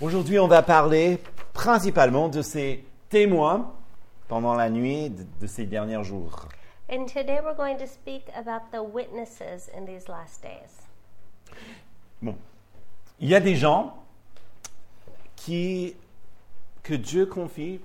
Aujourd'hui, on va parler principalement de ces témoins pendant la nuit de, de ces derniers jours. And today we're going to speak about the witnesses in these last days. Bon, il y a des gens qui que Dieu confie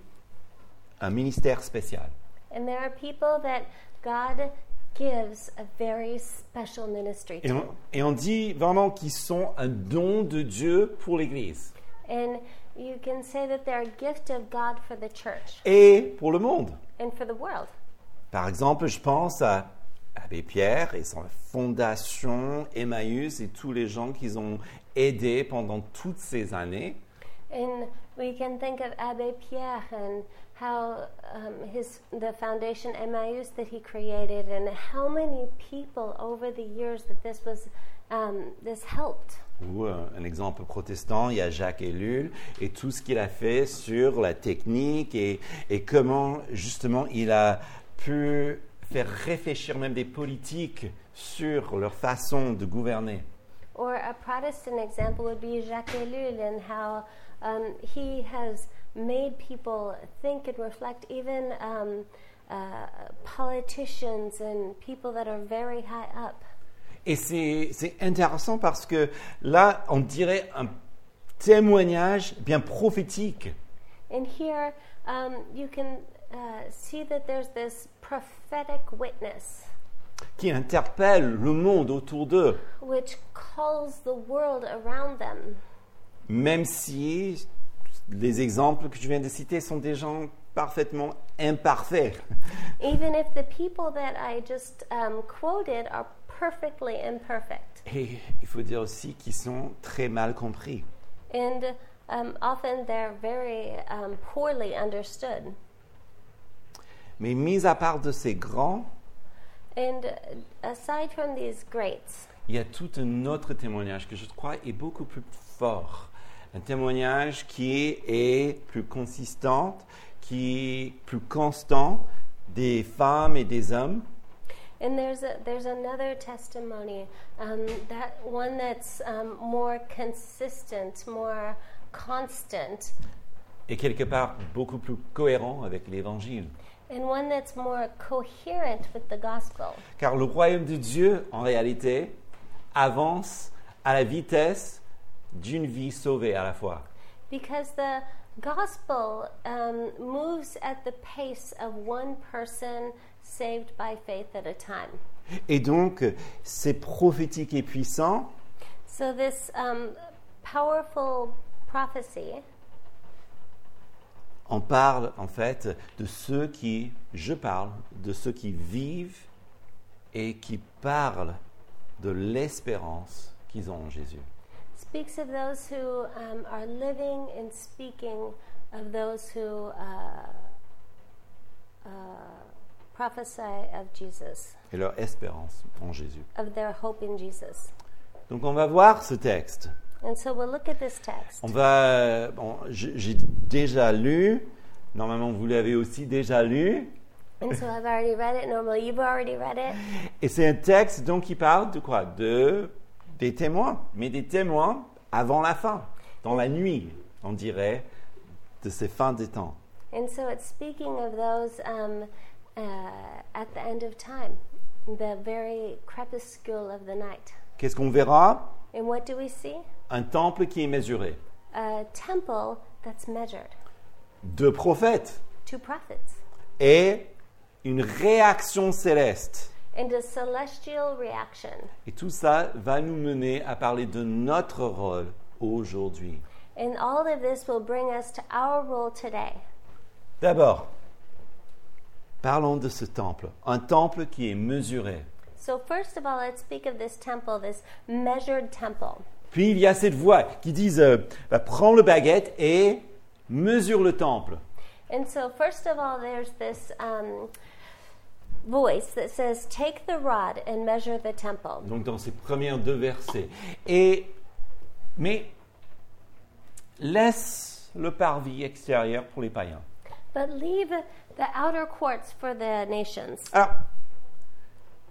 un ministère spécial. And there are people that God gives a very special ministry Et to. on, et on dit vraiment qu'ils sont un don de Dieu pour l'Église And you can say that they're a gift of God for the church et pour le monde. and for the world. Par exemple, je pense à Abbé Pierre et son fondation Emmaüs et tous les gens qu'ils ont aidés pendant toutes ces années. And we can think of Abbe Pierre and how um, his the foundation Emmaus that he created, and how many people over the years that this was um, this helped. Ou euh, un exemple protestant, il y a Jacques Ellul et tout ce qu'il a fait sur la technique et, et comment justement il a pu faire réfléchir même des politiques sur leur façon de gouverner. Or a Protestant example would be Jacques Ellul and how um, he has made people think and reflect, even um, uh, politicians and people that are very high up. Et c'est c'est intéressant parce que là, on dirait un témoignage bien prophétique. And here um, you can uh, see that there's this prophetic witness qui interpelle le monde autour d'eux, which calls the world around them. même si les exemples que je viens de citer sont des gens parfaitement imparfaits. Even if the people that I just um, quoted are perfectly imperfect. Et il faut dire aussi qu'ils sont très mal compris. And um, often they're very um, poorly understood. Mais mis à part de ces grands, And uh, aside from these greats, il y a tout un autre témoignage que je crois est beaucoup plus fort. Un témoignage qui est plus consistant, qui est plus constant des femmes et des hommes and there's a, there's another testimony um, that one that's um, more consistent, more constant, et quelque part beaucoup plus cohérent avec l'évangile. and one that's more coherent with the gospel. Car le royaume de Dieu, en réalité, avance à la vitesse d'une vie sauvée à la fois. Because the gospel um, moves at the pace of one person saved by faith at a time. Et donc, c'est prophétique et puissant, So, this um, powerful prophecy on parle en fait de ceux qui, je parle, de ceux qui vivent et qui parlent de l'espérance qu'ils ont en Jésus. speaks of those who um, are living and speaking of those who uh, uh, prophesy of Jesus, Et leur espérance en Jésus. of their hope in Jesus. Donc on va voir ce texte. And so, we'll look at this text. On va. bon, je- j'ai déjà lu. Normalement, vous l'avez aussi déjà lu. And so, I've already read it. Normally, you've already read it. Et c'est un texte donc qui parle de quoi De des témoins, mais des témoins avant la fin, dans la nuit, on dirait, de ces fins des temps. And so it's speaking of those um, uh, at the end of time, the very crepuscule of the night. Qu'est-ce qu'on verra And what do we see? Un temple qui est mesuré, A temple that's measured, deux prophètes two prophets, et une réaction céleste. and a celestial reaction. Et tout ça va nous mener à parler de notre rôle aujourd'hui. And all of this will bring us to our role today. D'abord, parlons de ce temple, un temple qui est mesuré. So, first of all, let's speak of this temple, this measured temple. Puis il y a cette voix qui dit euh, Bah, prends le baguette et mesure le temple. And so, first of all, there's this um, voice that says, Take the rod and measure the temple. Donc dans ces premières deux versets. Et mais laisse le parvis extérieur pour les païens. But leave the outer courts for the nations. Alors,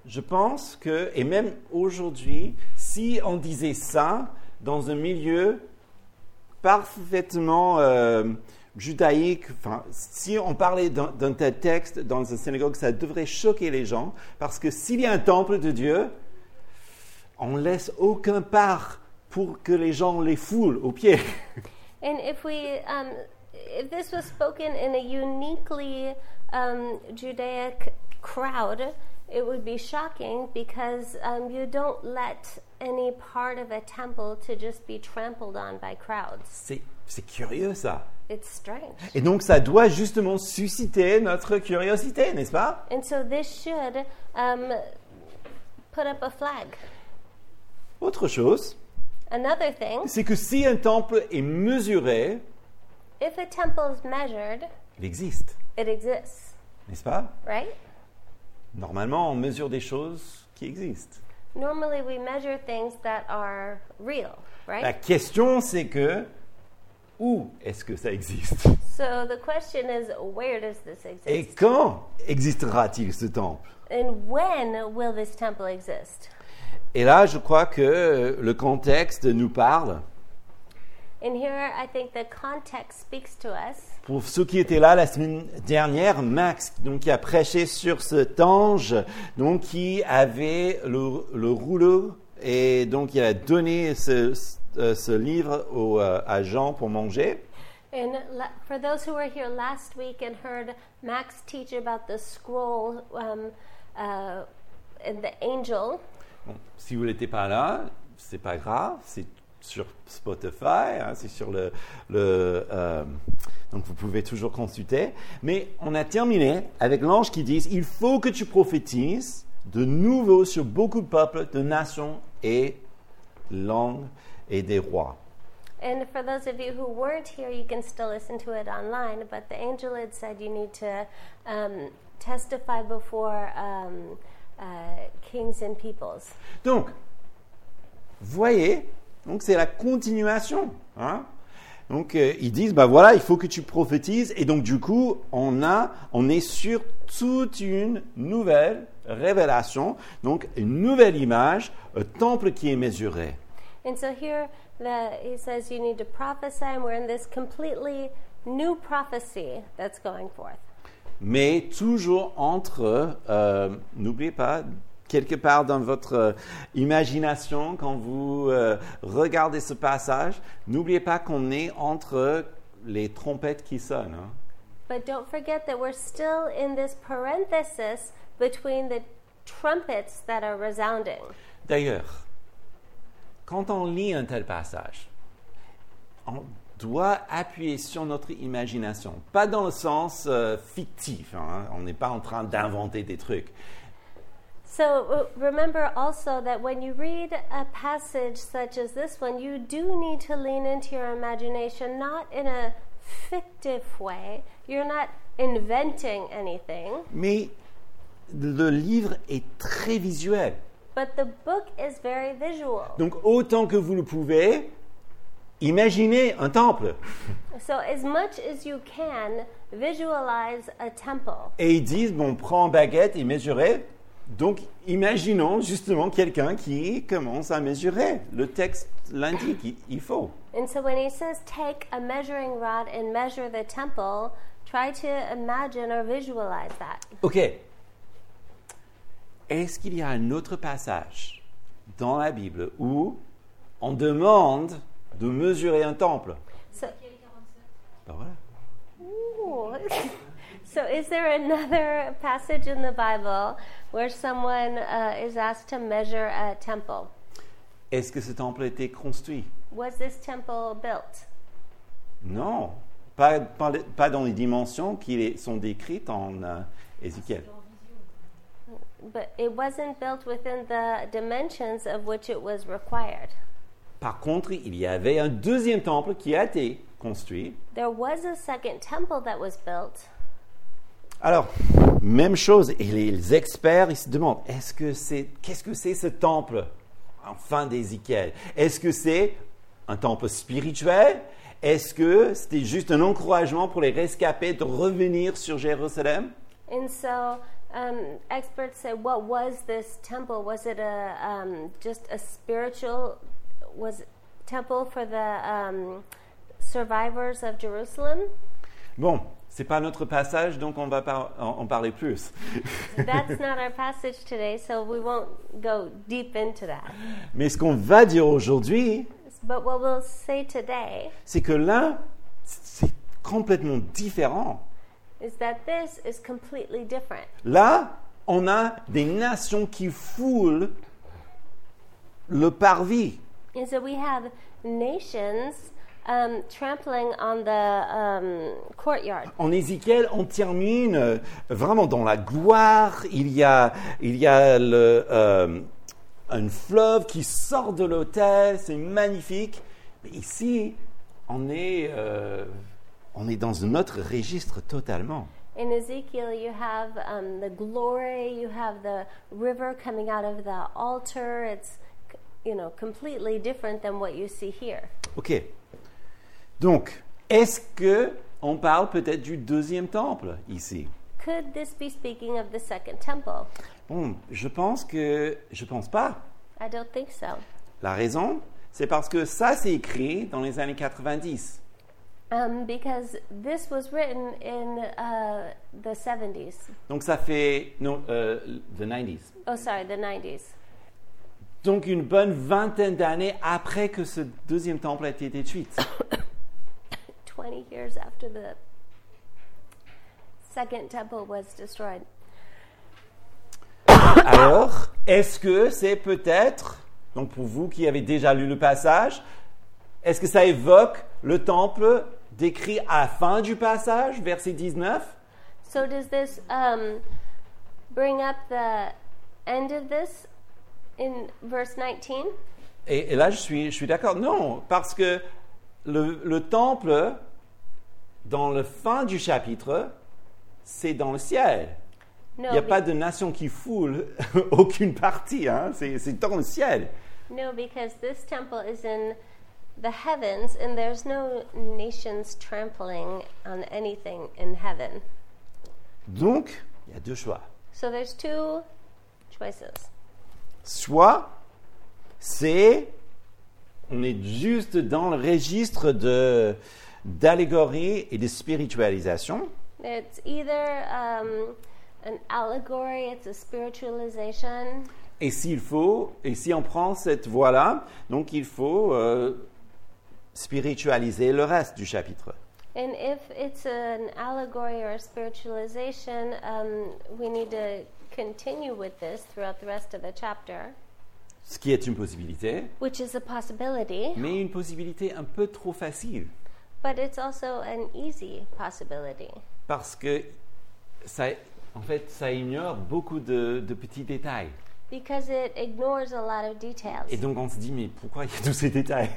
je pense que et même aujourd'hui, si on disait ça dans un milieu parfaitement euh, judaïque. Enfin, si on parlait d'un d'un tel texte dans une synagogue, ça devrait choquer les gens, parce que s'il y a un temple de Dieu, on laisse aucun part pour que les gens les foulent aux pieds. And if we, um, if this was spoken in a uniquely um, Judaic crowd, it would be shocking because um, you don't let any part of a temple to just be trampled on by crowds. C'est c'est curieux ça. It's strange. Et donc ça doit justement susciter notre curiosité, n'est-ce pas And so this should um, put up a flag. Autre chose, Another thing, c'est que si un temple est mesuré, if a temple is measured, il existe, it exists, n'est-ce pas right? Normalement, on mesure des choses qui existent. Normally we measure things that are real, right? La question, c'est que où est-ce que ça existe So the question is, where does this exist? Et quand existera-t-il ce temple And when will this temple exist? Et là, je crois que euh, le contexte nous parle. And here I think the context speaks to us. Pour ceux qui étaient là la semaine dernière, Max, donc, qui a prêché sur cet ange, donc, qui avait le, le rouleau, et donc, il a donné ce, ce- euh, ce livre au, euh, à Jean pour manger. And la- for those who were here last week and heard Max teach about the scroll um, uh, and the angel, Bon, si vous n'étiez pas là, c'est pas grave, c'est sur Spotify, hein, c'est sur le, le, euh, donc vous pouvez toujours consulter. Mais on a terminé avec l'ange qui dit il faut que tu prophétises de nouveau sur beaucoup de peuples, de nations et langues et des rois. and for those of you who weren't here, you can still listen to it online. But the angel had said you need to um, testify before um, uh, kings and peoples. Donc, voyez, donc c'est la continuation. hein. Donc, euh, ils disent, ben voilà, il faut que tu prophétises. Et donc, du coup, on, a, on est sur toute une nouvelle révélation, donc une nouvelle image, un temple qui est mesuré. And so here the, he says you need to prophesy, and we're in this completely new prophecy that's going forth. mais toujours entre, euh, n'oubliez pas, quelque part dans votre euh, imagination, quand vous euh, regardez ce passage, n'oubliez pas qu'on est entre les trompettes qui sonnent. hein. But don't forget that we're still in this parenthesis between the trumpets that are resounding. D'ailleurs, quand on lit un tel passage, on doit appuyer sur notre imagination, pas dans le sens euh, fictif, hein, on n'est pas en train d'inventer des trucs, So uh, remember also that when you read a passage such as this one, you do need to lean into your imagination, not in a fictive way. You're not inventing anything, mais le livre est très visuel. but the book is very visual. Donc autant que vous le pouvez, imaginez un temple. So, as much as you can, visualize a temple. Et ils disent, bon, prends baguette et mesurez. Donc imaginons justement quelqu'un qui commence à mesurer. Le texte l'indique, il- il faut. And so, when he says take a measuring rod and measure the temple, try to imagine or visualize that. Ok. Est-ce qu'il y a un autre passage dans la Bible où on demande de mesurer un temple So, Ben voilà. Ooh. so is there another passage in the Bible where someone uh, is asked to measure a temple? Est-ce que ce temple a été construit Was this temple built? Non, pas, pas, pas dans les dimensions qui les- sont décrites en euh, Ézéchiel. But it wasn't built within the dimensions of which it was required. Par contre, il y avait un deuxième temple qui a été construit. There was a second temple that was built. Alors, même chose, et les, les experts ils se demandent est-ce que c'est, qu'est-ce que c'est ce temple en fin d'Ézéchiel Est-ce que c'est un temple spirituel Est-ce que c'était juste un encouragement pour les rescapés de revenir sur Jérusalem And so um, experts say, what was this temple? Was it a um, just a spiritual was it temple for the um, survivors of Jerusalem. Bon, c'est pas notre passage, donc on va par- en, en parler plus. That's not our passage today, so we won't go deep into that. Mais ce qu'on va dire aujourd'hui, But what we'll say today c'est que là, c'est complètement différent. is that this is completely different. Là, on a des nations qui foulent le parvis. And so we have nations um, trampling on the um, courtyard. En Ézéchiel, on termine euh, vraiment dans la gloire. Il y a, il y a le, euh, un fleuve qui sort de l'autel, c'est magnifique. Mais ici, on est, euh, on est dans un autre registre totalement. In Ezekiel, you have um, the glory, you have the river coming out of the altar. It's, c- you know, completely different than what you see here. Ok. Donc, est-ce que on parle peut-être du deuxième temple ici Could this be speaking of the second temple? Bon, Hmm, je pense que je pense pas. I don't think so. La raison, c'est parce que ça c'est écrit dans les années 90. Um, because this was written in uh, the 70s. Donc ça fait non euh, the 90s. Oh, sorry, the 90s. Donc une bonne vingtaine d'années après que ce deuxième temple a été détruit. 20 years after the second temple was destroyed. Alors, est-ce que c'est peut-être donc pour vous qui avez déjà lu le passage, est-ce que ça évoque le temple décrit à la fin du passage, verset 19 So, does this um, bring up the end of this in verse 19? Et, et là, je suis, je suis d'accord. Non, parce que le, le temple, dans le fin du chapitre, c'est dans le ciel. No, Il n'y a be- pas de nation qui foule aucune partie. Hein? C'est c'est dans le ciel. no, because this temple is in the heavens, and there's no nations trampling on anything in heaven. Donc, il y a deux choix. So, there's two choices. Soit, c'est. On est juste dans le registre de- d'allégorie et de spiritualisation. It's either um, an allegory, it's a spiritualization. Et s'il faut, et si on prend cette voie-là, donc il faut euh, spiritualiser le reste du chapitre. And if it's an allegory or a spiritualization, um, we need to continue with this throughout the rest of the chapter, Ce qui est une possibilité, which is a possibility, mais une possibilité un peu trop facile, but it's also an easy possibility parce que ça, en fait, ça ignore beaucoup de, de petits détails. because it ignores a lot of details. Et donc on se dit, mais pourquoi il y a tous ces détails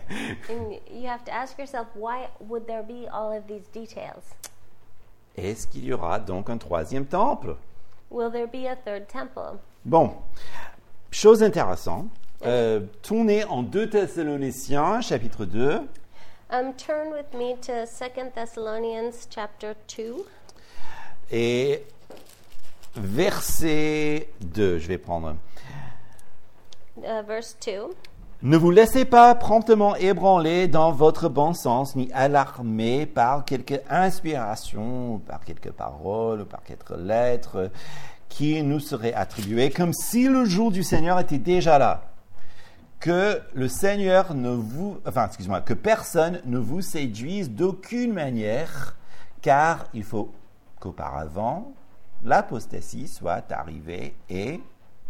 And you have to ask yourself, why would there be all of these details? Est-ce qu'il y aura donc un troisième temple Will there be a third temple? Bon, chose intéressante, euh, tournez en 2 Thessaloniciens, chapitre 2. Um, turn with me to Second Thessalonians chapter 2. Et verset 2, je vais prendre. uh, verse 2. Ne vous laissez pas promptement ébranler dans votre bon sens, ni alarmer par quelque inspiration, ou par quelque parole, ou par quelque lettre qui nous serait attribuée, comme si le jour du Seigneur était déjà là. Que le Seigneur ne vous, enfin, excuse-moi, que personne ne vous séduise d'aucune manière, car il faut qu'auparavant l'apostasie soit arrivée et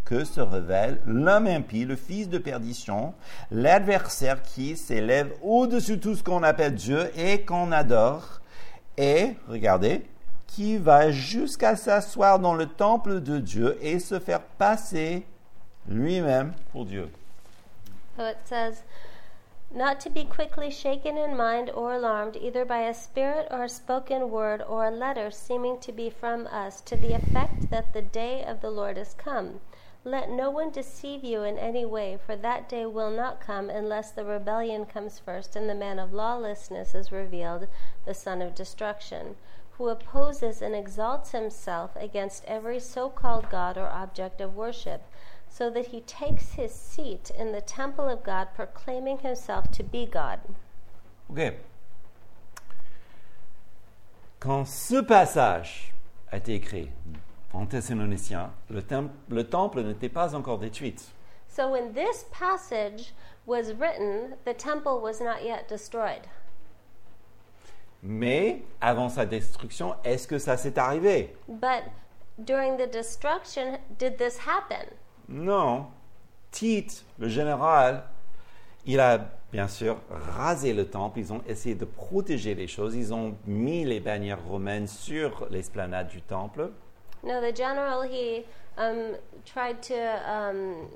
que se révèle l'homme impie, le fils de perdition, l'adversaire qui s'élève au-dessus de tout ce qu'on appelle Dieu et qu'on adore, et, regardez, qui va jusqu'à s'asseoir dans le temple de Dieu et se faire passer lui-même pour Dieu. So it says, Not to be quickly shaken in mind or alarmed either by a spirit or a spoken word or a letter seeming to be from us, to the effect that the day of the Lord is come. Let no one deceive you in any way, for that day will not come unless the rebellion comes first and the man of lawlessness is revealed, the son of destruction, who opposes and exalts himself against every so called God or object of worship so that he takes his seat in the temple of God, proclaiming himself to be God. Ok. Quand ce passage a été écrit en Thessaloniciens, le, tem- le temple n'était pas encore détruit. So when this passage was written, the temple was not yet destroyed. Mais avant sa destruction, est-ce que ça s'est arrivé But during the destruction, did this happen? Non. Tite, le général, il a bien sûr rasé le temple, ils ont essayé de protéger les choses, ils ont mis les bannières romaines sur l'esplanade du temple. No, the general he um, tried to um,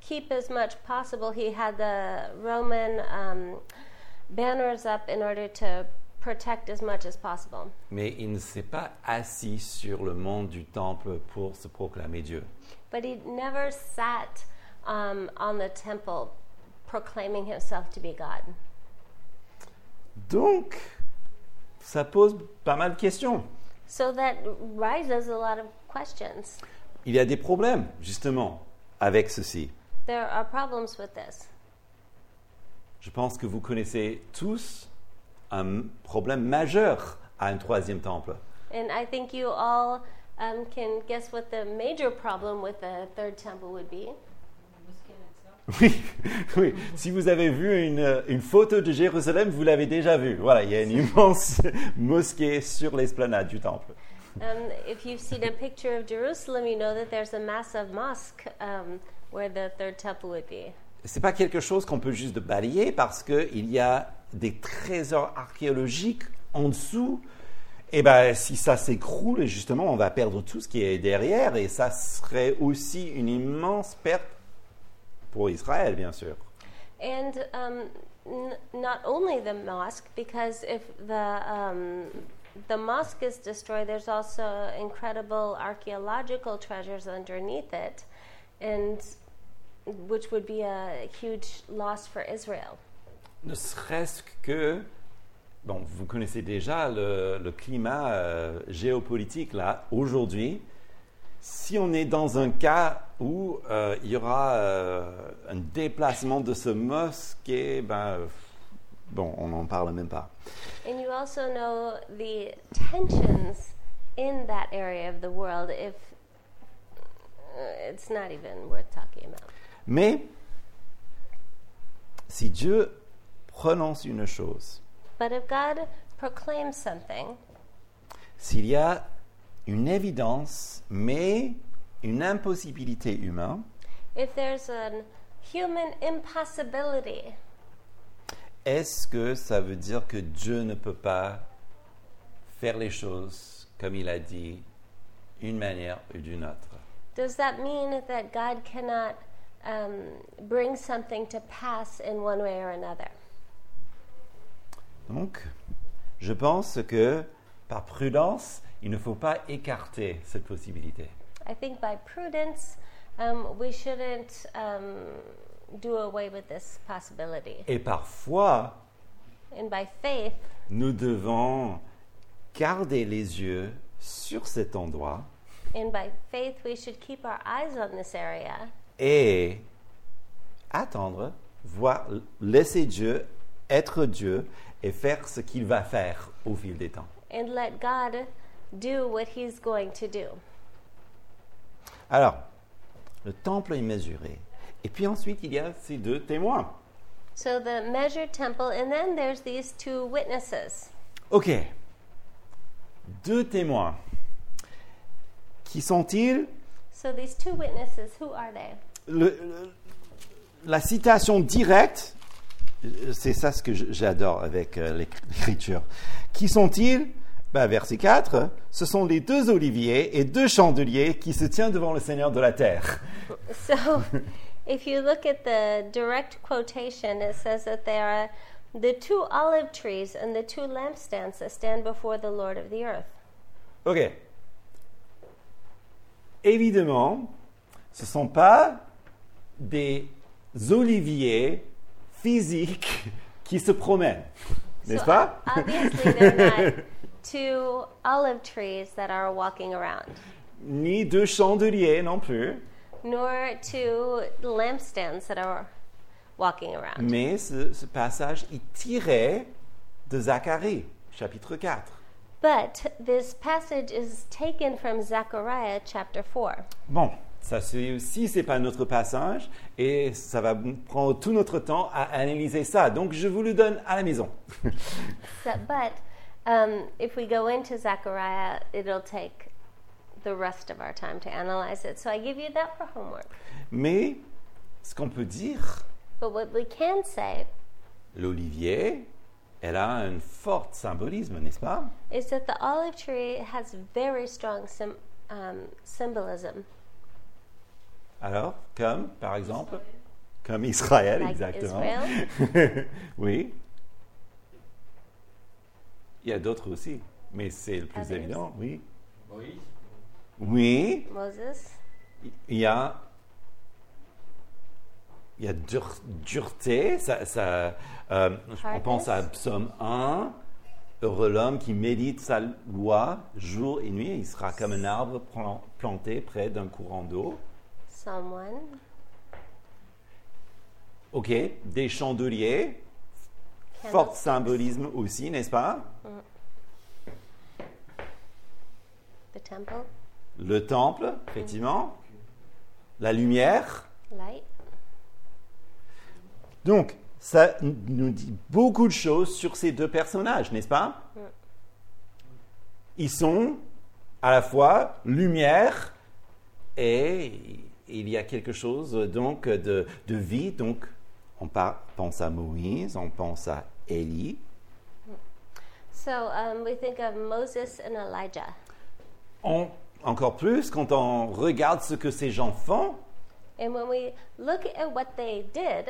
keep as much possible. He had the Roman um, banners up in order to protect as much as possible. Mais il ne s'est pas assis sur le mont du temple pour se proclamer Dieu. But he never sat um, on the temple proclaiming himself to be God. Donc, ça pose pas mal de questions. So that raises a lot of questions. Il y a des problèmes, justement, avec ceci. There are problems with this. Je pense que vous connaissez tous un problème majeur à un troisième temple. And I think you all um, can guess what the major problem with the third temple would be. Oui, oui. Si vous avez vu une, une photo de Jérusalem, vous l'avez déjà vue. Voilà, il y a une immense mosquée sur l'esplanade du temple. Um, if you've seen a picture of Jerusalem, you know that there's a massive mosque um, where the third temple would be. C'est pas quelque chose qu'on peut juste balayer parce qu'il y a des trésors archéologiques en dessous. Et ben, si ça s'écroule, justement, on va perdre tout ce qui est derrière et ça serait aussi une immense perte pour Israël, bien sûr. And um, n- not only the mosque, because if the um, the mosque is destroyed, there's also incredible archaeological treasures underneath it, and which would be a huge loss for Israel. Ne serait-ce que, bon, vous connaissez déjà le, le climat euh, géopolitique là, aujourd'hui. Si on est dans un cas où euh, il y aura euh, un déplacement de ce mosquée, ben, euh, bon, on n'en parle même pas. And you also know the tensions in that area of the world. If uh, it's not even worth talking about. Mais si Dieu prononce une chose, But if God proclaims something, s'il y a une évidence, mais une impossibilité humaine, if there's an human impossibility, Est-ce que ça veut dire que Dieu ne peut pas faire les choses comme il a dit, d'une manière ou d'une autre does that mean that God cannot um, bring something to pass in one way or another? Donc, je pense que par prudence, il ne faut pas écarter cette possibilité. I think by prudence, um, we shouldn't um, do away with this possibility. Et parfois, And by faith, nous devons garder les yeux sur cet endroit and by faith, we should keep our eyes on this area et attendre, voir, laisser Dieu être Dieu et faire ce qu'il va faire au fil des temps. and let God do what He's going to do. Alors, le temple est mesuré. Et puis ensuite, il y a ces deux témoins. So the measured temple, and then there's these two witnesses. OK. Deux témoins. Qui sont-ils So these two witnesses, who are they? Le- le- La citation directe, euh, c'est ça ce que je- j'adore avec euh, l'éc- l'écriture. Qui sont-ils Ben, Verset 4, ce sont les deux oliviers et deux chandeliers qui se tiennent devant le Seigneur de la terre. So if you look at the direct quotation, it says that they are the two olive trees and the two lampstands that stand before the Lord of the earth. Ok. Évidemment, ce ne sont pas des oliviers physiques qui se promènent, n'est-ce so pas obviously, they're not two olive trees that are walking around, Ni deux chandeliers non plus, nor two lampstands that are walking around. mais ce, ce passage est tiré de Zacharie, chapitre 4. But this passage is taken from Zechariah chapter 4. Bon, ça c'est aussi, c'est pas notre passage et ça va prendre tout notre temps à analyser ça. Donc je vous le donne à la maison. So, but um, if we go into Zechariah, it'll take the rest of our time to analyze it. So I give you that for homework. Mais ce qu'on peut dire, But what we can say l'olivier, elle a un fort symbolisme, n'est-ce pas is that the olive tree has very strong sym um, symbolism, Alors, comme par exemple, comme Israël, like exactement. Israel. oui. Il y a d'autres aussi, mais c'est le plus Others. évident, oui. Moïse, Oui, Moses, il y a, il y a dur- dureté. Ça, ça, euh, on Hardness. pense à Psaume 1. Heureux l'homme qui médite sa loi jour et nuit. Il sera comme un arbre plan- planté près d'un courant d'eau. someone, OK, des chandeliers. Fort candles, symbolisme aussi, n'est-ce pas the temple, Le temple, effectivement. La lumière. light. Donc, ça n- nous dit beaucoup de choses sur ces deux personnages, n'est-ce pas Ils sont à la fois lumière et il y a quelque chose euh, donc de, de vie. Donc, on par- pense à Moïse, on pense à Élie. So um, we think of Moses and Elijah. On- encore plus, quand on regarde ce que ces gens font, And when we look at what they did,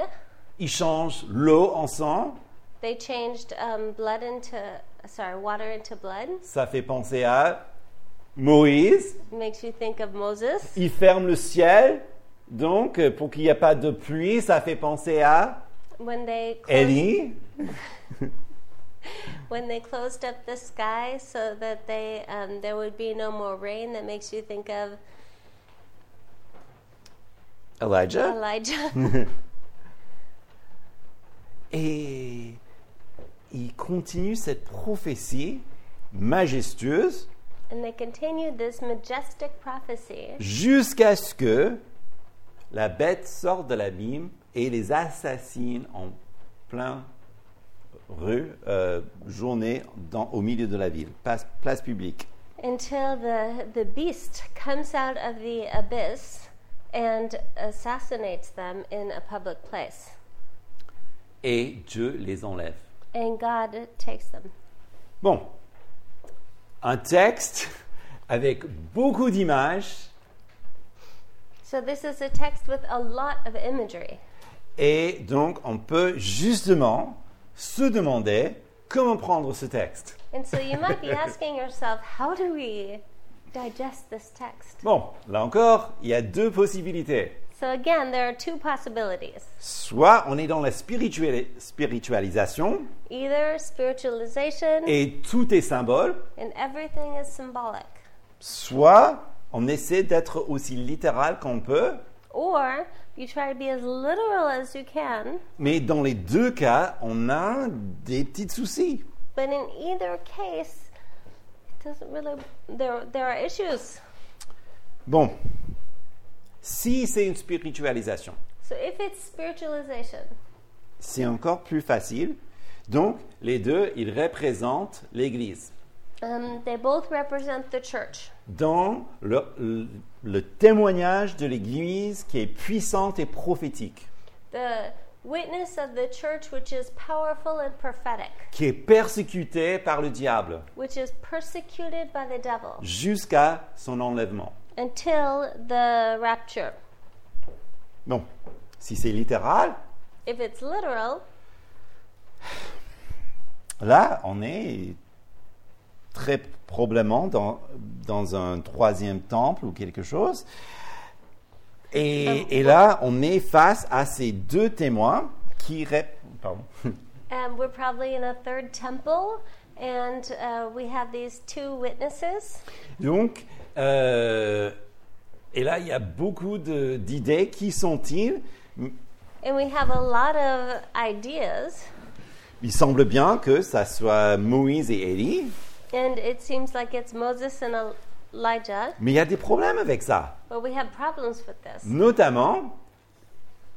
ils changent l'eau en sang. they changed um, blood into, sorry, water into blood. Ça fait penser à Moïse. Makes you think of Moses. Il ferme le ciel, donc euh, pour qu'il n'y ait pas de pluie, ça fait penser à When they closed, Élie. when they closed up the sky so that they um, there would be no more rain, that makes you think of Elijah. Elijah. Et il continue cette prophétie majestueuse and they continued this majestic prophecy jusqu'à ce que la bête sorte de l'abîme et les assassine en plein rue, euh, journée dans- au milieu de la ville, place, place publique. until the the beast comes out of the abyss and assassinates them in a public place. Et Dieu les enlève. And God takes them. Bon, un texte avec beaucoup d'images So this is a text with a lot of imagery. et donc on peut justement se demander comment prendre ce texte. And so you might be asking yourself, how do we digest this text? Bon, là encore, il y a deux possibilités. So again, there are two possibilities. Soit on est dans la spirituali- spiritualisation Either spiritualization et tout est symbole, and everything is symbolic, soit on essaie d'être aussi littéral qu'on peut, or you try to be as literal as you can, mais dans les deux cas, on a des petits soucis. but in either case, it doesn't really there there are issues. Bon, si c'est une spiritualisation, So if it's spiritualization, c'est encore plus facile. Donc, les deux, ils représentent l'Église. um, they both represent the church Dans le, le- le témoignage de l'Église qui est puissante et prophétique, the witness of the church which is powerful and prophetic qui est persécutée par le diable which is persecuted by the devil jusqu'à son enlèvement. until the rapture Bon, si c'est littéral, if it's literal là, on est très probablement dans, dans un troisième temple ou quelque chose. Et, et là, on est face à ces deux témoins qui... ré- Pardon. um, we're probably in a third temple and uh, we have these two witnesses Donc, euh, et là, il y a beaucoup de- d'idées. Qui sont-ils and we have a lot of ideas Il semble bien que ça soit Moïse et Élie. And it seems like it's Moses and El- Elijah, Mais il y a des problèmes avec ça. but we have problems with this. Notamment,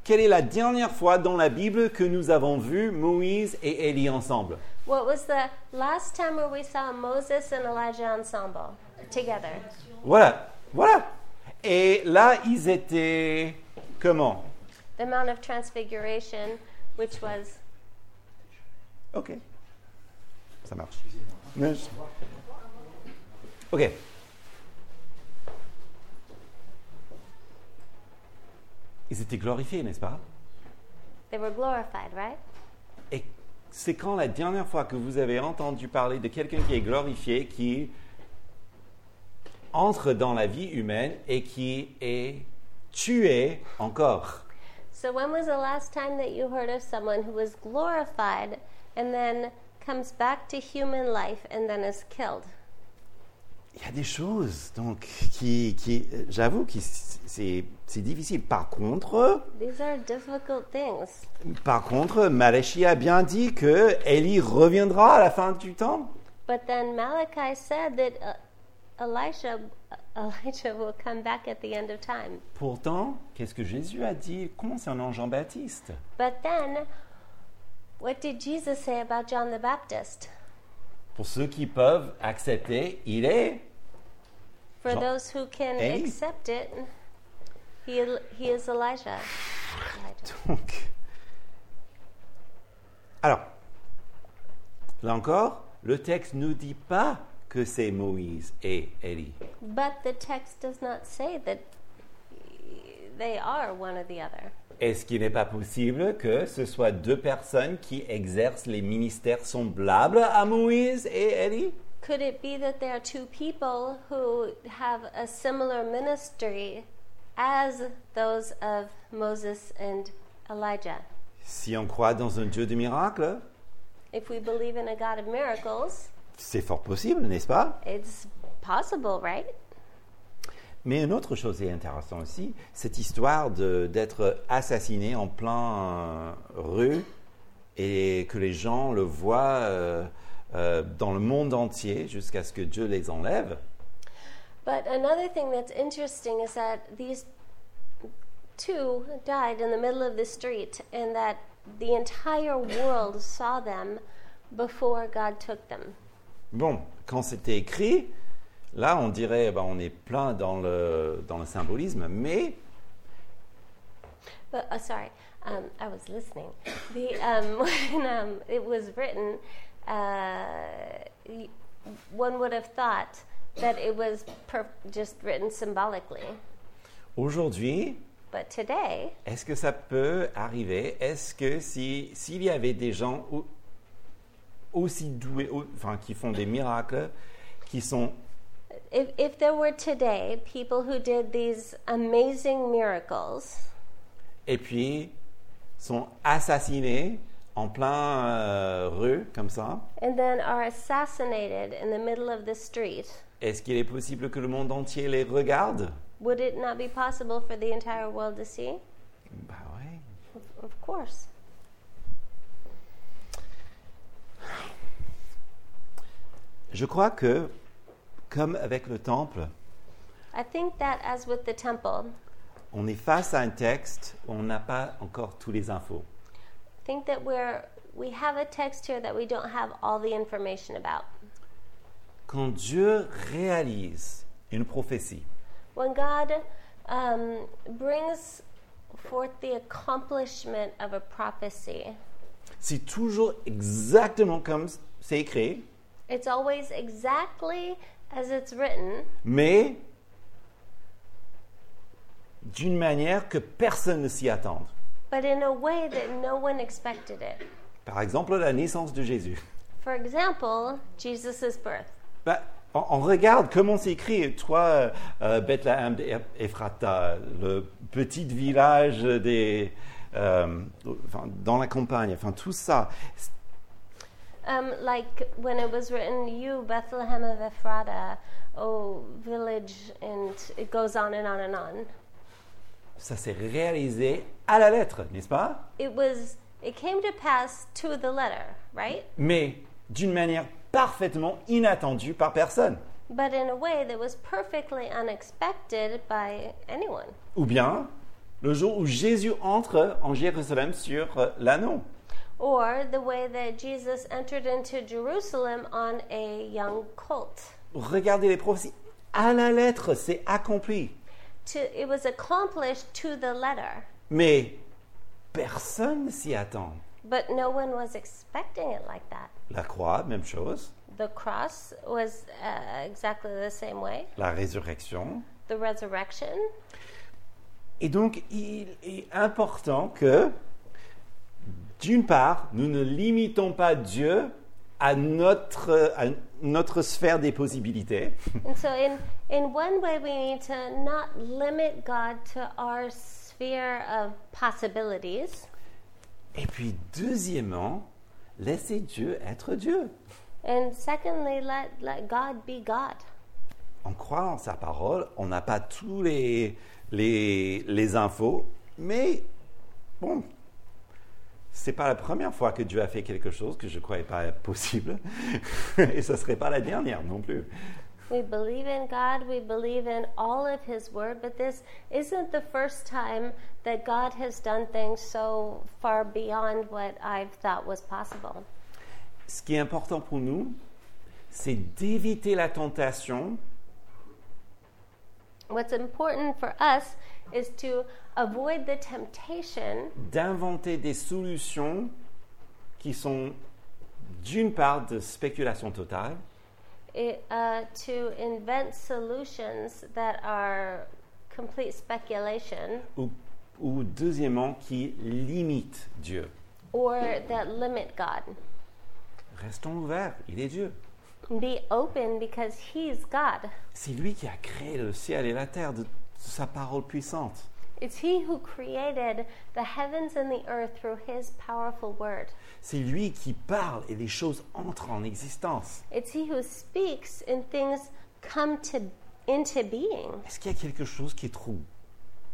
quelle est la dernière fois dans la Bible que nous avons vu Moïse et Élie ensemble What was the last time where we saw Moses and Elijah ensemble together? Voilà, voilà. Et là, ils étaient comment The Mount of Transfiguration, which was Ok. Ça marche. Mais je- Ok. Ils étaient glorifiés, n'est-ce pas they were glorified, right? Et c'est quand la dernière fois que vous avez entendu parler de quelqu'un qui est glorifié, qui entre dans la vie humaine et qui est tué encore So when was the last time that you heard of someone who was glorified and then comes back to human life and then is killed? Il y a des choses, donc, qui, qui euh, j'avoue, que c'est c'est difficile. Par contre, These are difficult things. par contre, Malachie a bien dit que Élie reviendra à la fin du temps. But then Malachi said that uh, Elisha, Elijah will come back at the end of time. Pourtant, qu'est-ce que Jésus a dit concernant Jean-Baptiste But then, what did Jesus say about John the Baptist? Pour ceux qui peuvent accepter, il est For Jean- those who can Hey. accept it, he, he is Elijah. Elijah. Donc, alors, là encore, le texte ne dit pas que c'est Moïse et Élie. But the text does not say that they are one or the other. Est-ce qu'il n'est pas possible que ce soit deux personnes qui exercent les ministères semblables à Moïse et Élie Could it be that there are two people who have a similar ministry as those of Moses and Elijah? Si on croit dans un Dieu de miracles, If we believe in a God of miracles, c'est fort possible, n'est-ce pas it's possible, right? Mais une autre chose est intéressante aussi, cette histoire de- d'être assassiné en plein euh, rue et que les gens le voient euh, euh, dans le monde entier jusqu'à ce que Dieu les enlève. But another thing that's interesting is that these two died in the middle of the street and that the entire world saw them before God took them. Bon, quand c'était écrit, là on dirait ben, on est plein dans le, dans le symbolisme, mais But uh, sorry, um, I was listening. The um, when um, it was written, uh, y- one would have thought that it was per- just written symbolically. aujourd'hui, But today, est-ce que ça peut arriver Est-ce que si s'il y avait des gens au- aussi doués, au- enfin qui font des miracles, qui sont if if there were today people who did these amazing miracles, et puis sont assassinés en plein euh, rue comme ça. and then are assassinated in the middle of the street, Est-ce qu'il est possible que le monde entier les regarde would it not be possible for the entire world to see? Bah ouais. Of- Of course. Je crois que comme avec le temple, I think that as with the temple, on est face à un texte où on n'a pas encore tous les infos. I think that we're we have a text here that we don't have all the information about. Quand Dieu réalise une prophétie, When God um, brings forth the accomplishment of a prophecy, c'est toujours exactement comme c'est écrit, it's always exactly as it's written, mais d'une manière que personne ne s'y attend. but in a way that no one expected it. Par exemple, la naissance de Jésus. For example, Jesus' birth. Ben, on, on regarde comment c'est écrit, toi, euh, euh, Bethléem d'Ephrata, le petit village des, euh, enfin, dans la campagne, enfin tout ça. Um, like when it was written, You, Bethlehem of Ephrata, O village, and it goes on and on and on. Ça s'est réalisé à la lettre, n'est-ce pas it was it came to pass to the letter, right? Mais d'une manière parfaitement inattendu par personne. but in a way that was perfectly unexpected by anyone. Ou bien le jour où Jésus entre en Jérusalem sur euh, l'anneau. Or the way that Jesus entered into Jerusalem on a young colt. Regardez les prophéties. À la lettre, c'est accompli. To, it was accomplished to the letter, Mais personne ne s'y attend. but no one was expecting it like that. La croix, même chose. The cross was uh, exactly the same way, La résurrection. the resurrection. Et donc, il est important que, d'une part, nous ne limitons pas Dieu à notre, à notre sphère des possibilités, And so, in, in one way, we need to not limit God to our sphere of possibilities. et puis, deuxièmement, laisser Dieu être Dieu, And secondly, let, let God be God. en croyant en sa parole. On n'a pas tous les, les, les infos, mais bon, c'est pas la première fois que Dieu a fait quelque chose que je ne croyais pas possible, et ce serait pas la dernière non plus. We believe in God, we believe in all of His Word, but this isn't the first time that God has done things so far beyond what I've thought was possible. ce qui est important pour nous, c'est d'éviter la tentation What's important for us is to avoid the temptation d'inventer des solutions qui sont d'une part de spéculation totale i- uh, to invent solutions that are complete speculation ou, ou deuxièmement qui limitent Dieu. or that limit God. Restons ouverts, il est Dieu. Be open because He's God. C'est lui qui a créé le ciel et la terre de sa parole puissante. It's He who created the heavens and the earth through His powerful word. C'est lui qui parle et les choses entrent en existence. It's He who speaks and things come to into being. Est-ce qu'il y a quelque chose qui est trop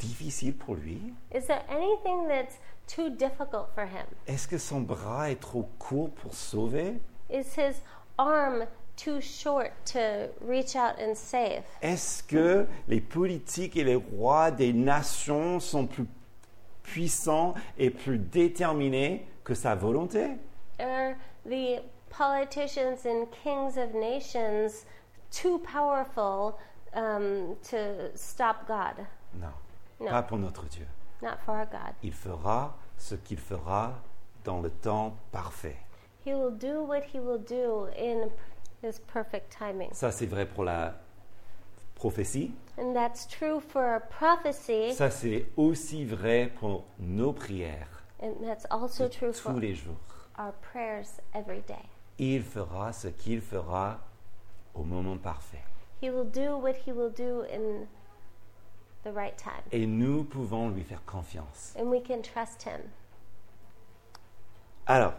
difficile pour lui Is there anything that's too difficult for Him? Est-ce que son bras est trop court pour sauver Is His arm too short to reach out and save? Est-ce que les politiques et les rois des nations sont plus puissants et plus déterminés que sa volonté Are the politicians and kings of nations too powerful um, to stop God? non, Non. pas pour notre Dieu. Not for our God. Il fera ce qu'il fera dans le temps parfait. He will do what he will do in his perfect timing. Ça, c'est vrai pour la prophétie. And that's true for prophecy, Ça, c'est aussi vrai pour nos prières and that's also true tous for les jours. our prayers every day. Il fera ce qu'il fera au moment parfait. He will do what he will do in the right time, Et nous pouvons lui faire confiance. and we can trust him. Alors,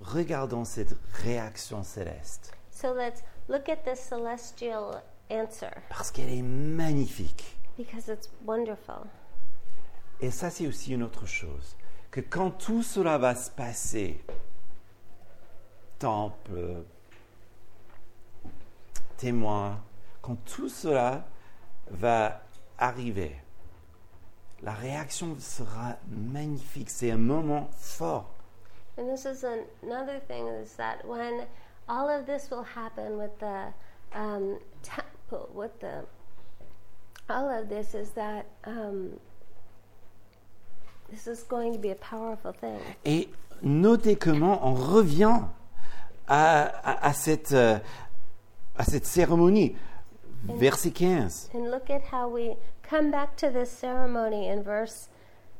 regardons cette réaction céleste, So let's look at this celestial answer parce qu'elle est magnifique. because it's wonderful. Et ça, c'est aussi une autre chose, que quand tout cela va se passer, temple, témoin, quand tout cela va arriver, la réaction sera magnifique. C'est un moment fort. And this is an- another thing is that when all of this will happen with the um, temple, with the all of this is that um, this is going to be a powerful thing. Et notez comment on revient à, à- à cette, euh, à cette cérémonie. Verset 15. And look at how we come back to this ceremony in verse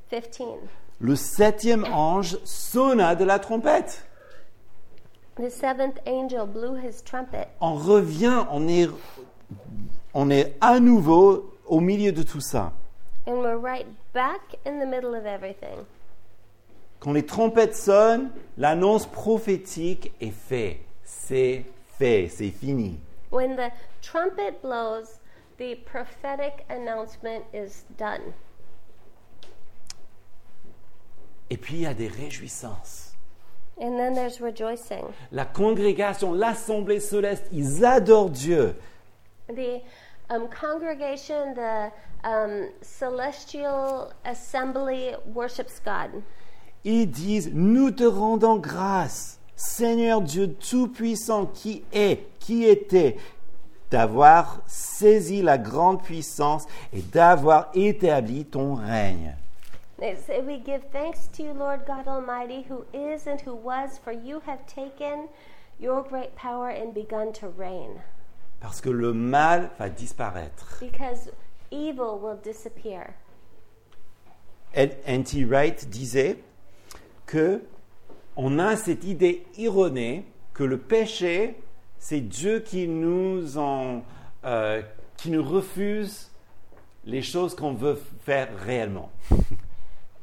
15. Le septième ange sonna de la trompette. The seventh angel blew his trumpet. On revient, on est, on est à nouveau au milieu de tout ça. And we're right back in the middle of everything. Quand les trompettes sonnent, l'annonce prophétique est faite. C'est fait, c'est fini. When the trumpet blows, the prophetic announcement is done. Et puis il y a des réjouissances. And then there's rejoicing. La congrégation, l'assemblée céleste, ils adorent Dieu. The um, congregation, the um, celestial assembly worships God. Ils disent, nous te rendons grâce, Seigneur Dieu Tout-Puissant, qui est, qui était, d'avoir saisi la grande puissance et d'avoir établi ton règne. They say, We give thanks to you, Lord God Almighty, who is and who was, for you have taken your great power and begun to reign. Parce que le mal va disparaître. Because evil will disappear. Ed- N.T. Wright disait que on a cette idée erronée que le péché, c'est Dieu qui nous, en, euh, qui nous refuse les choses qu'on veut faire réellement.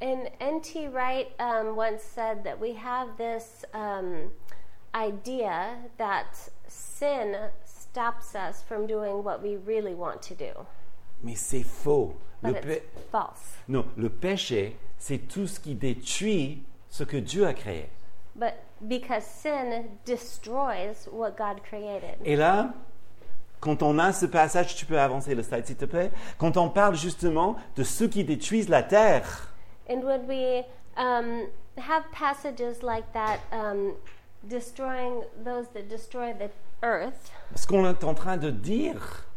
And N.T. Wright um, once said that we have this um, idea that sin stops us from doing what we really want to do, Mais c'est faux. Le but it's pé- false. Non, le péché, c'est tout ce qui détruit ce que Dieu a créé. But because sin destroys what God created. Et là, quand on a ce passage, tu peux avancer le slide s'il te plaît, quand on parle justement de ceux qui détruisent la terre, And when we um, have passages like that, um, destroying those that destroy the earth, ce qu'on est en train de dire,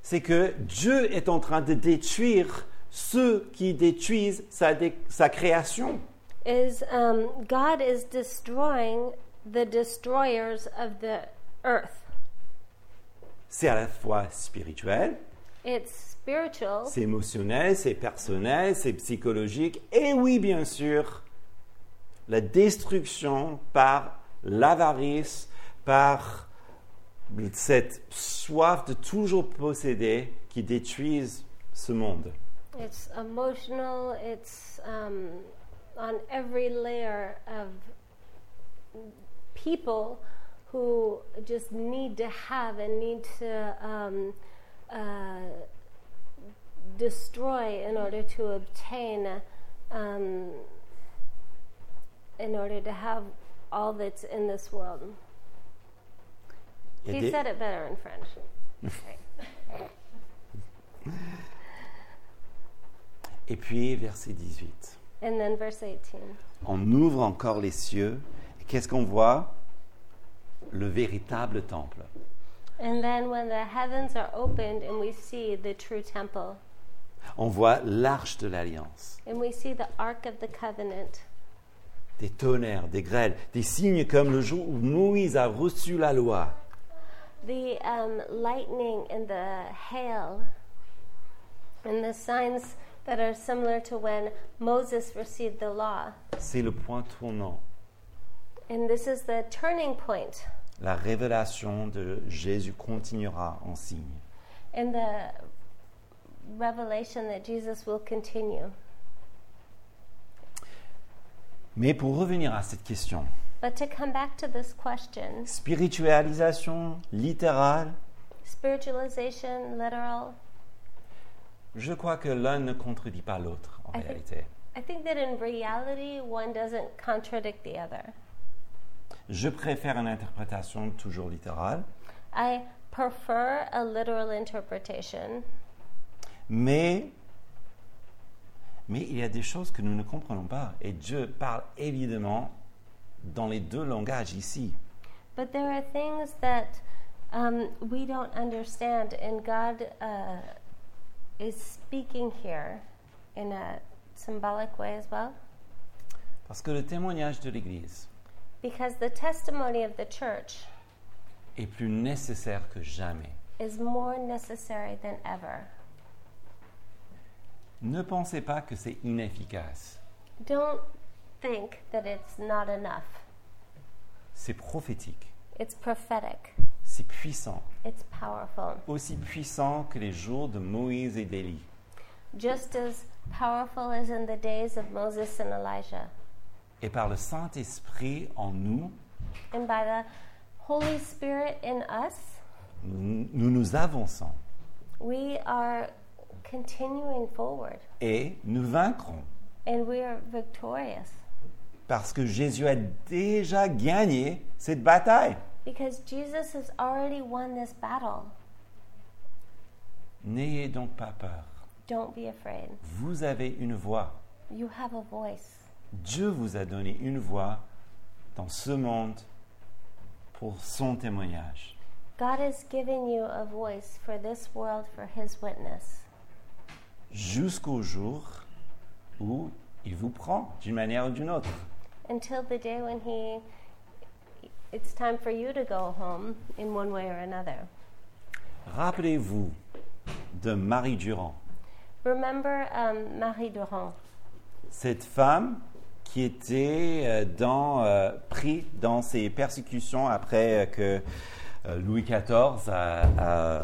c'est que Dieu est en train de détruire ceux qui détruisent sa, dé- sa création. is um, God is destroying the destroyers of the earth. C'est à la fois spirituel, It's spiritual, c'est émotionnel, c'est personnel, c'est psychologique, et oui, bien sûr, la destruction par l'avarice, par cette soif de toujours posséder qui détruisent ce monde. it's emotional, it's um, on every layer of people who just need to have and need to um, uh, destroy in order to obtain, um, in order to have all that's in this world. Il y a He des- said it better in French. Right. Et puis, verset 18. And then verse 18. On ouvre encore les cieux, et qu'est-ce qu'on voit Le véritable temple. And then when the heavens are opened and we see the true temple, On voit l'arche de l'alliance. and we see the Ark of the Covenant, des tonnerres, des grêles, des signes comme le jour où Moïse a reçu la loi. the um, lightning and the hail, and the signs that are similar to when Moses received the law. C'est le point tournant, And this is the turning point, la révélation de Jésus continuera en signe. and the revelation that Jesus will continue. Mais pour revenir à cette question, But to come back to this question spiritualisation, littérale, spiritualization, literal, je crois que l'un ne contredit pas l'autre en Ah, oui. réalité. I think that in reality, one doesn't contradict the other. Je préfère une interprétation toujours littérale, I prefer a literal interpretation, mais, mais il y a des choses que nous ne comprenons pas. Et Dieu parle évidemment dans les deux langages ici. but there are things that um, we don't understand, and God uh, is speaking here in a symbolic way as well. Parce que le témoignage de l'Église Because the testimony of the church est plus nécessaire que jamais. is more necessary than ever. Ne pensez pas que c'est inefficace. Don't think that it's not enough, C'est prophétique, it's prophetic, c'est puissant, it's powerful. aussi puissant que les jours de Moïse et d'Élie. just as powerful as in the days of Moses and Elijah. Et par le Saint-Esprit en nous, And by the Holy Spirit in us, nous nous nous avançons we are continuing forward et nous vaincrons. and we are victorious. Parce que Jésus a déjà gagné cette bataille. because Jesus has already won this battle. N'ayez donc pas peur. Don't be afraid. Vous avez une voix. You have a voice. Dieu vous a donné une voix dans ce monde pour son témoignage. God has given you a voice for this world for his witness Jusqu'au jour où il vous prend d'une manière ou d'une autre. until the day when he it's time for you to go home in one way or another. Rappelez-vous de Marie Durand, Remember um, Marie Durand, cette femme qui était euh, dans, euh, prise dans ses persécutions après euh, que euh, Louis XIV a, a-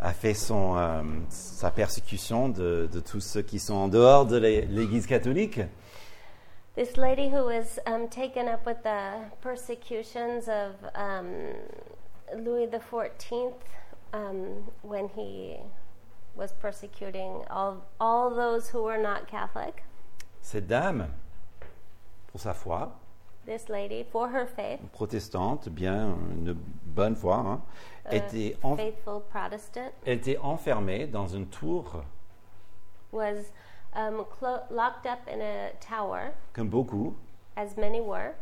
a fait son, euh, sa persécution de, de tous ceux qui sont en dehors de l'É- l'Église catholique. this lady who was um, taken up with the persecutions of um, Louis the Fourteenth um, when he was persecuting all all those who were not Catholic. Cette dame, pour sa foi, This lady, for her faith, protestante, bien une bonne foi, hein, était en- faithful Protestant, elle était enfermée dans une tour, was um, clo- locked up in a tower, comme beaucoup, as many were,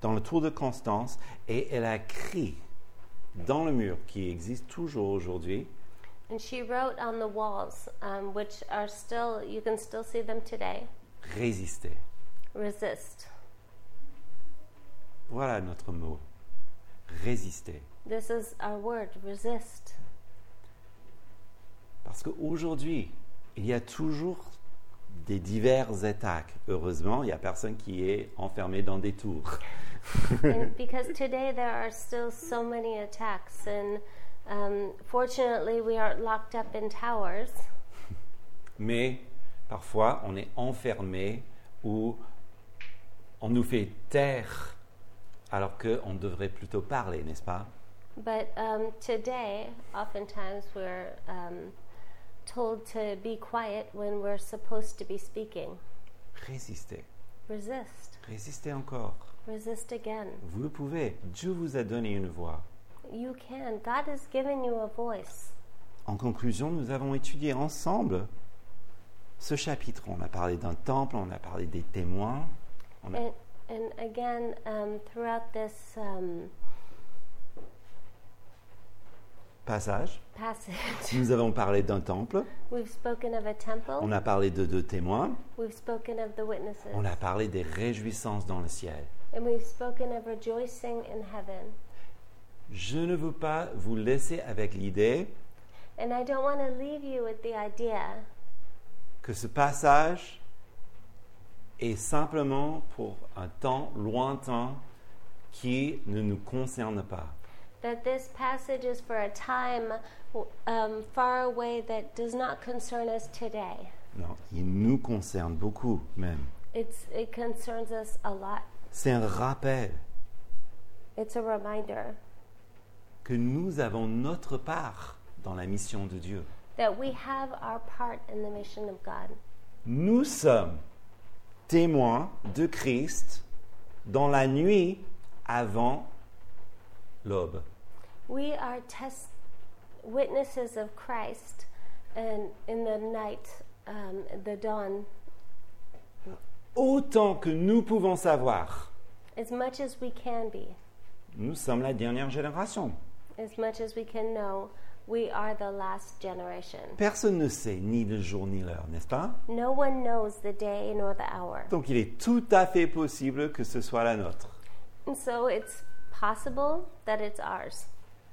dans le tour de Constance, et elle a crié dans le mur qui existe toujours aujourd'hui. and she wrote on the walls, um, which are still, you can still see them today Résister. resist. Voilà notre mot. Résister. This is our word, resist. Parce qu'aujourd'hui, il y a toujours des diverses attaques. Heureusement, il n'y a personne qui est enfermé dans des tours. and because today there are still so many attacks, and um, fortunately we aren't locked up in towers, mais parfois on est enfermé ou on nous fait taire alors qu'on devrait plutôt parler, n'est-ce pas but um, today oftentimes we're um, told to be quiet when we're supposed to be speaking. Résistez, Resist. résistez encore. Resist again. Vous le pouvez. Dieu vous a donné une voix. You can. God has given you a voice. En conclusion, nous avons étudié ensemble ce chapitre. On a parlé d'un temple, on a parlé des témoins. On a- And, and again, um, throughout this um, Passage. passage, Nous avons parlé d'un temple, we've spoken of a temple, on a parlé de deux témoins, we've spoken of the witnesses, on a parlé des réjouissances dans le ciel. and we've spoken of rejoicing in heaven. Je ne veux pas vous laisser avec l'idée And I don't want to leave you with the idea que ce passage est simplement pour un temps lointain qui ne nous concerne pas. that this passage is for a time w- um, far away that does not concern us today. Non, il nous concerne beaucoup même. It's, it concerns us a lot. C'est un rappel It's a reminder que nous avons notre part dans la mission de Dieu. that we have our part in the mission of God. Nous sommes témoins de Christ dans la nuit avant l'aube. We are test witnesses of Christ, and in the night, um, the dawn, Autant que nous pouvons savoir. as much as we can be, Nous sommes la dernière génération. as much as we can know, we are the last generation. Personne ne sait ni le jour ni l'heure, n'est-ce pas No one knows the day nor the hour, Donc il est tout à fait possible que ce soit la nôtre. and so it's possible that it's ours.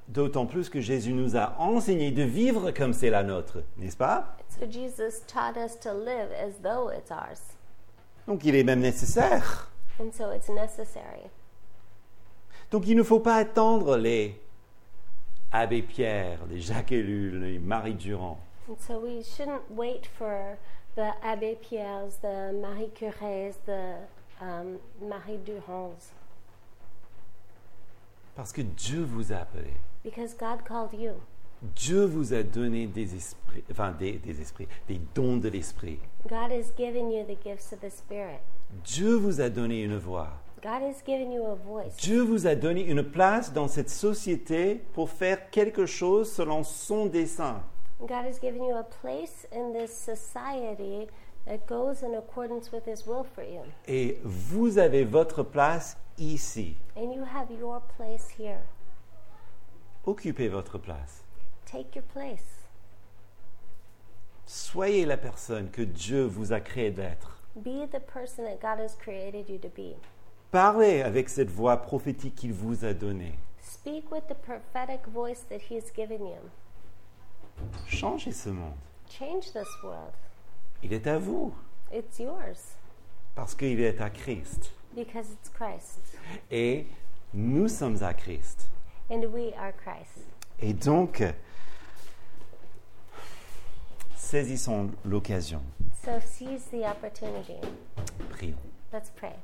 D'autant plus que Jésus nous a enseigné de vivre comme c'est la nôtre, n'est-ce pas So Jesus taught us to live as though it's ours, Donc il est même nécessaire. and so it's necessary. Donc il ne faut pas attendre les Abbé Pierre, les Jacques Ellul, les Marie Durand. And so we shouldn't wait for the Abbe Pierres, the Marie Curies, the um, Marie Durands, Parce que Dieu vous a appelé. because God called you. Dieu vous a donné des esprits, enfin des, des esprits, des dons de l'esprit. God has given you the gifts of the Spirit. Dieu vous a donné une voix. God has given you a voice. Dieu vous a donné une place dans cette société pour faire quelque chose selon son dessein. God has given you a place in this society that goes in accordance with His will for you. Et vous avez votre place ici. And you have your place here. Occupez votre place. Take your place. Soyez la personne que Dieu vous a créé d'être. Be the person that God has created you to be. Parlez avec cette voix prophétique qu'il vous a donnée. Speak with the prophetic voice that He's given you. Changez ce monde. Change this world. Il est à vous It's yours parce qu'il est à Christ. because it's Christ. Et nous sommes à Christ. And we are Christ. Et donc, saisissons l'occasion. So seize the opportunity. Prions. Let's pray.